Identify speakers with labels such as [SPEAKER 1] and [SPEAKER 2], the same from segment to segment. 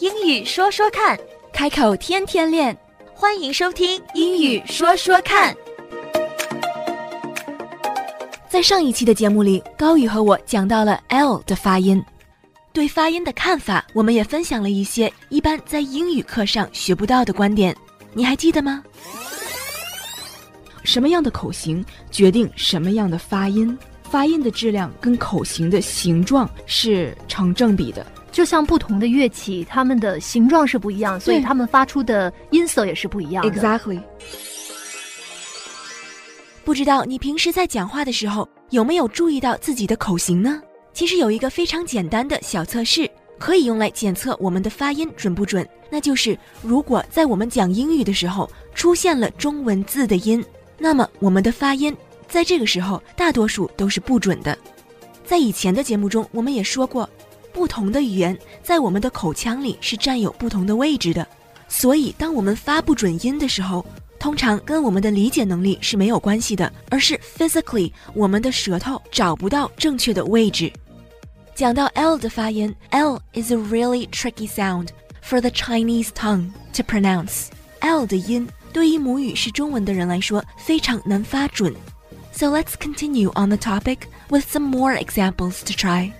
[SPEAKER 1] 英语说说看，
[SPEAKER 2] 开口天天练，
[SPEAKER 1] 欢迎收听《英语说说看》。
[SPEAKER 2] 在上一期的节目里，高宇和我讲到了 l 的发音，对发音的看法，我们也分享了一些一般在英语课上学不到的观点，你还记得吗？什么样的口型决定什么样的发音，发音的质量跟口型的形状是成正比的。
[SPEAKER 3] 就像不同的乐器，它们的形状是不一样，所以它们发出的音色也是不一样的。
[SPEAKER 2] Exactly。不知道你平时在讲话的时候有没有注意到自己的口型呢？其实有一个非常简单的小测试，可以用来检测我们的发音准不准。那就是如果在我们讲英语的时候出现了中文字的音，那么我们的发音在这个时候大多数都是不准的。在以前的节目中，我们也说过，不同的语言在我们的口腔里是占有不同的位置的，所以当我们发不准音的时候，通常跟我们的理解能力是没有关系的，而是 physically 我们的舌头找不到正确的位置。讲到 l 的发音，l is a really tricky sound for the Chinese tongue to pronounce。l 的音对于母语是中文的人来说非常难发准。So let's continue on the topic with some more examples to try。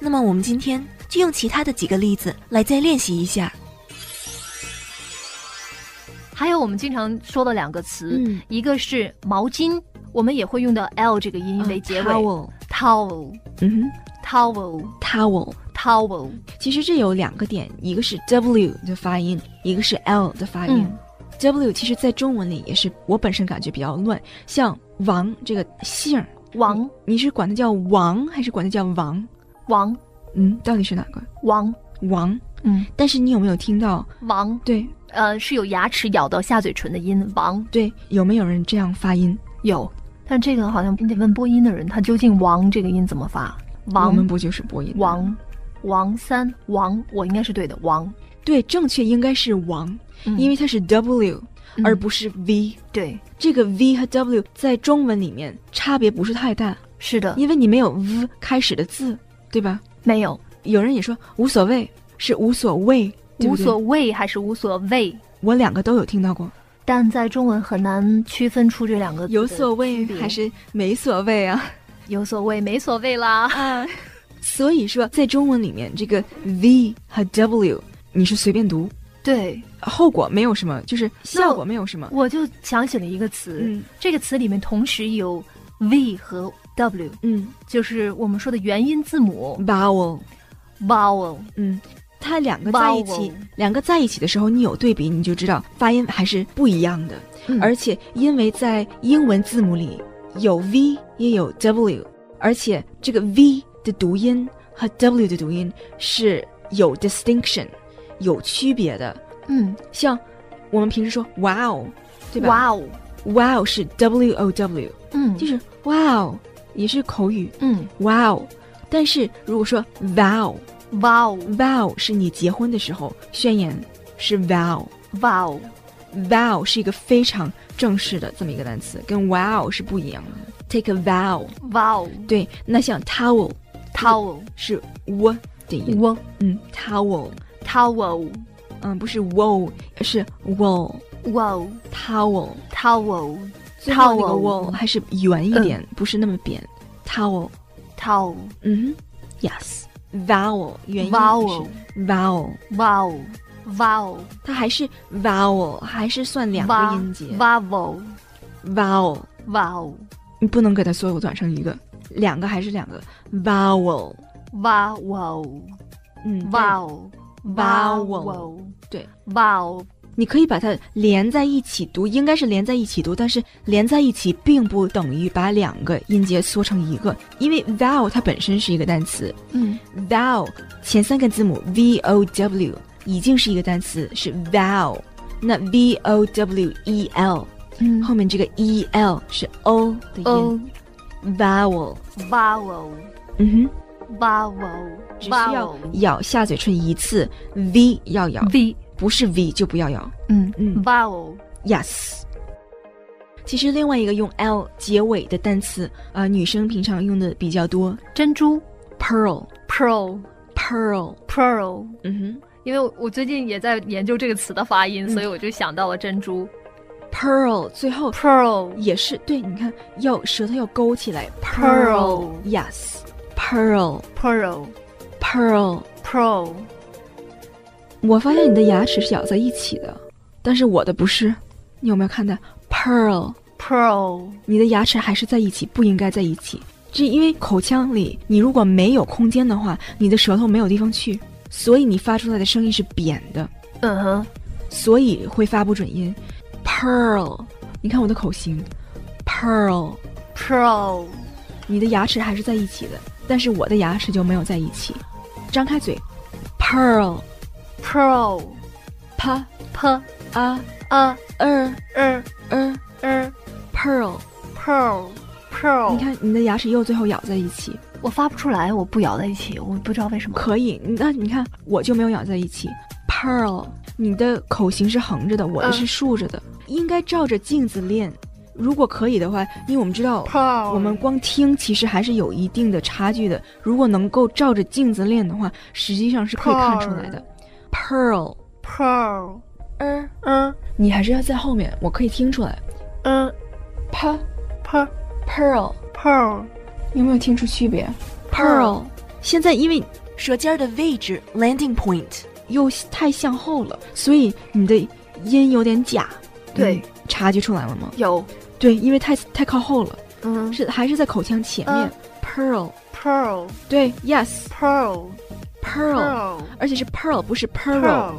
[SPEAKER 2] 那么我们今天就用其他的几个例子来再练习一下。
[SPEAKER 3] 还有我们经常说的两个词，
[SPEAKER 2] 嗯
[SPEAKER 3] 一个是毛巾，我们也会用到 l 这个音为结尾。
[SPEAKER 2] 啊 towel，
[SPEAKER 3] towel
[SPEAKER 2] 嗯
[SPEAKER 3] towel
[SPEAKER 2] 哼，towel。
[SPEAKER 3] towel
[SPEAKER 2] 其实这有两个点，一个是 W 的发音，一个是 L 的发音。
[SPEAKER 3] 嗯
[SPEAKER 2] W 其实在中文里也是我本身感觉比较乱，像王这个姓儿，
[SPEAKER 3] 王
[SPEAKER 2] 你是管它叫王还是管它叫王？
[SPEAKER 3] 王
[SPEAKER 2] 嗯，到底是哪个
[SPEAKER 3] 王
[SPEAKER 2] 王？
[SPEAKER 3] 嗯
[SPEAKER 2] 但是你有没有听到？
[SPEAKER 3] 王
[SPEAKER 2] 对
[SPEAKER 3] 呃是有牙齿咬到下嘴唇的音王
[SPEAKER 2] 对，有没有人这样发音？
[SPEAKER 3] 有，但这个好像你得问播音的人，他究竟王这个音怎么发？
[SPEAKER 2] 我
[SPEAKER 3] 王
[SPEAKER 2] 们不就是播音的
[SPEAKER 3] 王王三王，我应该是对的王，
[SPEAKER 2] 对，正确应该是王，
[SPEAKER 3] 嗯
[SPEAKER 2] 因为它是 W，、
[SPEAKER 3] 嗯
[SPEAKER 2] 而不是 V。
[SPEAKER 3] 对
[SPEAKER 2] 这个 V 和 W 在中文里面差别不是太大，
[SPEAKER 3] 是的
[SPEAKER 2] 因为你没有 V 开始的字，对吧？
[SPEAKER 3] 没有
[SPEAKER 2] 有人也说无所谓，是无所谓，对
[SPEAKER 3] 无
[SPEAKER 2] 不对
[SPEAKER 3] 所谓还是无所谓，
[SPEAKER 2] 我两个都有听到过，
[SPEAKER 3] 但在中文很难区分出这两个字
[SPEAKER 2] 有
[SPEAKER 3] 的
[SPEAKER 2] 所谓
[SPEAKER 3] 区别
[SPEAKER 2] 还是没所谓啊？
[SPEAKER 3] 有所谓没所谓啦。
[SPEAKER 2] 啊， 所以说在中文里面，这个 V 和 W 你是随便读，
[SPEAKER 3] 对，
[SPEAKER 2] 后果没有什么，就是效果没有什么。
[SPEAKER 3] 我就想起了一个词，
[SPEAKER 2] 嗯
[SPEAKER 3] 这个词里面同时有 v 和 w，
[SPEAKER 2] 嗯
[SPEAKER 3] 就是我们说的元音字母
[SPEAKER 2] ，vowel，
[SPEAKER 3] vowel。
[SPEAKER 2] 嗯，它两个在一起
[SPEAKER 3] Vowel，
[SPEAKER 2] 两个在一起的时候，你有对比，你就知道发音还是不一样的。
[SPEAKER 3] 嗯
[SPEAKER 2] 而且因为在英文字母里有 V 也有 W，而且这个 V 的读音和 W 的读音是有 distinction，有区别的。
[SPEAKER 3] 嗯，
[SPEAKER 2] 像我们平时说 Wow，对吧
[SPEAKER 3] 哇哦，
[SPEAKER 2] ？Wow 是 W O W，
[SPEAKER 3] 嗯，
[SPEAKER 2] 就是 Wow 也是口语
[SPEAKER 3] 嗯
[SPEAKER 2] Wow，但是如果说 Vow。
[SPEAKER 3] 哇哦
[SPEAKER 2] vow 是你结婚的时候宣言是 vow。
[SPEAKER 3] 哇哦，
[SPEAKER 2] vow 是一个非常正式的这么一个单词，跟 wow 是不一样的。Take a vow，
[SPEAKER 3] 哇哦
[SPEAKER 2] 对，那像 towel
[SPEAKER 3] ，towel
[SPEAKER 2] 是 w 的音，
[SPEAKER 3] 我
[SPEAKER 2] 嗯，towel，
[SPEAKER 3] towel
[SPEAKER 2] 嗯，不是 wo，是 wo
[SPEAKER 3] wow
[SPEAKER 2] towel，
[SPEAKER 3] towel
[SPEAKER 2] 最后那个
[SPEAKER 3] Towel 嗯
[SPEAKER 2] wo 还是圆一点，不是那么扁。towel，
[SPEAKER 3] towel
[SPEAKER 2] 嗯哼，yes。vowel 元音
[SPEAKER 3] Vowel
[SPEAKER 2] 就是 vowel，
[SPEAKER 3] 哇哦哇哦
[SPEAKER 2] 它还是 vowel，还是算两个音节。
[SPEAKER 3] 哇哦
[SPEAKER 2] vowel，
[SPEAKER 3] 哇哦
[SPEAKER 2] 你不能给它所有转成一个，两个还是两个 vowel，
[SPEAKER 3] 哇哦
[SPEAKER 2] 嗯，
[SPEAKER 3] 哇
[SPEAKER 2] 但
[SPEAKER 3] 哦
[SPEAKER 2] Vowel
[SPEAKER 3] 哦
[SPEAKER 2] 对
[SPEAKER 3] 哇哦
[SPEAKER 2] 你可以把它连在一起读，应该是连在一起读，但是连在一起并不等于把两个音节缩成一个，因为 vowel 它本身是一个单词
[SPEAKER 3] 嗯
[SPEAKER 2] ，vowel 前三个字母 v o w 已经是一个单词，是 vowel，那 v o w e l
[SPEAKER 3] 嗯
[SPEAKER 2] 后面这个 e l 是 o 的音
[SPEAKER 3] o
[SPEAKER 2] ，vowel，
[SPEAKER 3] 哇哦
[SPEAKER 2] 嗯哼。
[SPEAKER 3] 哇哦
[SPEAKER 2] 只需
[SPEAKER 3] 哇
[SPEAKER 2] 要
[SPEAKER 3] 哦
[SPEAKER 2] 咬下嘴唇一次，V 要咬，
[SPEAKER 3] v
[SPEAKER 2] 不是 V 就不要咬。
[SPEAKER 3] 嗯
[SPEAKER 2] 嗯
[SPEAKER 3] 哇哦
[SPEAKER 2] ，Yes。其实另外一个用 L 结尾的单词啊、呃女生平常用的比较多
[SPEAKER 3] 珍珠
[SPEAKER 2] ，pearl，pearl，
[SPEAKER 3] pearl pearl，
[SPEAKER 2] 嗯哼，
[SPEAKER 3] 因为我我最近也在研究这个词的发音，
[SPEAKER 2] 嗯
[SPEAKER 3] 所以我就想到了珍珠
[SPEAKER 2] pearl，最后
[SPEAKER 3] pearl
[SPEAKER 2] 也是对，你看要舌头要勾起来
[SPEAKER 3] Pearl
[SPEAKER 2] pearl，yes，pearl
[SPEAKER 3] pearl
[SPEAKER 2] pearl。
[SPEAKER 3] pearl
[SPEAKER 2] 我发现你的牙齿是咬在一起的，但是我的不是，你有没有看到 pearl？
[SPEAKER 3] pearl
[SPEAKER 2] 你的牙齿还是在一起，不应该在一起。这因为口腔里你如果没有空间的话，你的舌头没有地方去，所以你发出来的声音是扁的，
[SPEAKER 3] 嗯哼
[SPEAKER 2] 所以会发不准音。pearl，你看我的口型，pearl，
[SPEAKER 3] pearl
[SPEAKER 2] 你的牙齿还是在一起的，但是我的牙齿就没有在一起。张开嘴，pearl，
[SPEAKER 3] pearl
[SPEAKER 2] 啪
[SPEAKER 3] p
[SPEAKER 2] 啊
[SPEAKER 3] a
[SPEAKER 2] 呃
[SPEAKER 3] r
[SPEAKER 2] 呃
[SPEAKER 3] r
[SPEAKER 2] ，pearl，
[SPEAKER 3] pearl
[SPEAKER 2] 你
[SPEAKER 3] pearl，
[SPEAKER 2] 看你的牙齿又最后咬在一起，
[SPEAKER 3] 我发不出来，我不咬在一起，我不知道为什么。
[SPEAKER 2] 可以。那你看我就没有咬在一起，pearl，你的口型是横着的，我的
[SPEAKER 3] 嗯
[SPEAKER 2] 是竖着的，应该照着镜子练。如果可以的话，因为我们知道
[SPEAKER 3] pearl
[SPEAKER 2] 我们光听其实还是有一定的差距的。如果能够照着镜子练的话，实际上是可以看出来的。Pearl，
[SPEAKER 3] pearl
[SPEAKER 2] 呃，
[SPEAKER 3] 嗯
[SPEAKER 2] 你还是要在后面，我可以听出来。
[SPEAKER 3] 嗯
[SPEAKER 2] p
[SPEAKER 3] per
[SPEAKER 2] pearl，
[SPEAKER 3] pearl
[SPEAKER 2] 有没有听出区别
[SPEAKER 3] Pearl
[SPEAKER 2] 现在因为
[SPEAKER 4] 舌尖儿的位置 （landing point）。
[SPEAKER 2] 又太向后了，所以你的音有点假。
[SPEAKER 3] 对
[SPEAKER 2] 嗯察觉出来了吗？
[SPEAKER 3] 有
[SPEAKER 2] 对，因为太太靠后了，
[SPEAKER 3] 嗯
[SPEAKER 2] 是还是在口腔前面。Pearl，
[SPEAKER 3] pearl
[SPEAKER 2] 对，yes，pearl。
[SPEAKER 3] pearl pearl
[SPEAKER 2] 而且是 pearl，不是 pearl
[SPEAKER 3] pearl。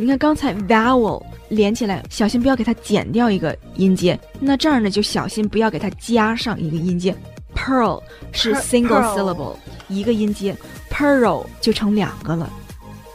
[SPEAKER 2] 你看刚才 vowel 连起来，小心不要给它剪掉一个音节。那这样呢，就小心不要给它加上一个音节。pearl 是
[SPEAKER 3] Per-
[SPEAKER 2] single
[SPEAKER 3] pearl
[SPEAKER 2] syllable 一个音节，pearl 就成两个了。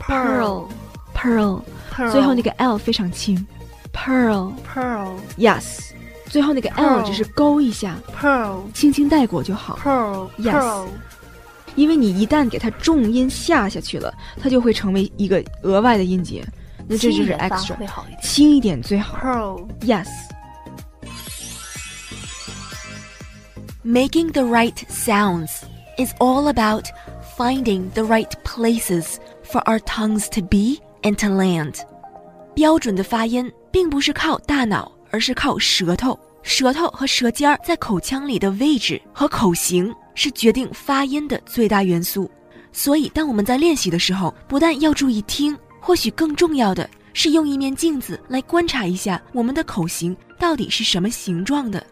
[SPEAKER 3] pearl
[SPEAKER 2] pearl，
[SPEAKER 3] pearl
[SPEAKER 2] 最后那个 l 非常轻。pearl
[SPEAKER 3] pearl
[SPEAKER 2] yes，最后那个
[SPEAKER 3] Pearl
[SPEAKER 2] l 只是勾一下，
[SPEAKER 3] pearl
[SPEAKER 2] 轻轻带过就好。
[SPEAKER 3] pearl
[SPEAKER 2] Yes.
[SPEAKER 3] pearl
[SPEAKER 2] 因为你一旦给它重音下下去了，它就会成为一个额外的音节。那这就是 extra，
[SPEAKER 3] 会好一点
[SPEAKER 2] 轻一点最好。
[SPEAKER 3] pearl
[SPEAKER 2] yes。
[SPEAKER 4] Making the right sounds is all about finding the right places for our tongues to be and to land. 标准的发音并不是靠大脑，而是靠舌头。舌头和舌尖儿在口腔里的位置和口型是决定发音的最大元素。所以，当我们在练习的时候，不但要注意听，或许更重要的是用一面镜子来观察一下我们的口型到底是什么形状的。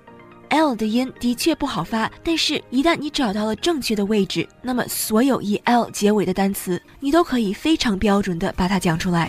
[SPEAKER 4] L 的音的确不好发，但是一旦你找到了正确的位置，那么所有以 L 结尾的单词，你都可以非常标准的把它讲出来。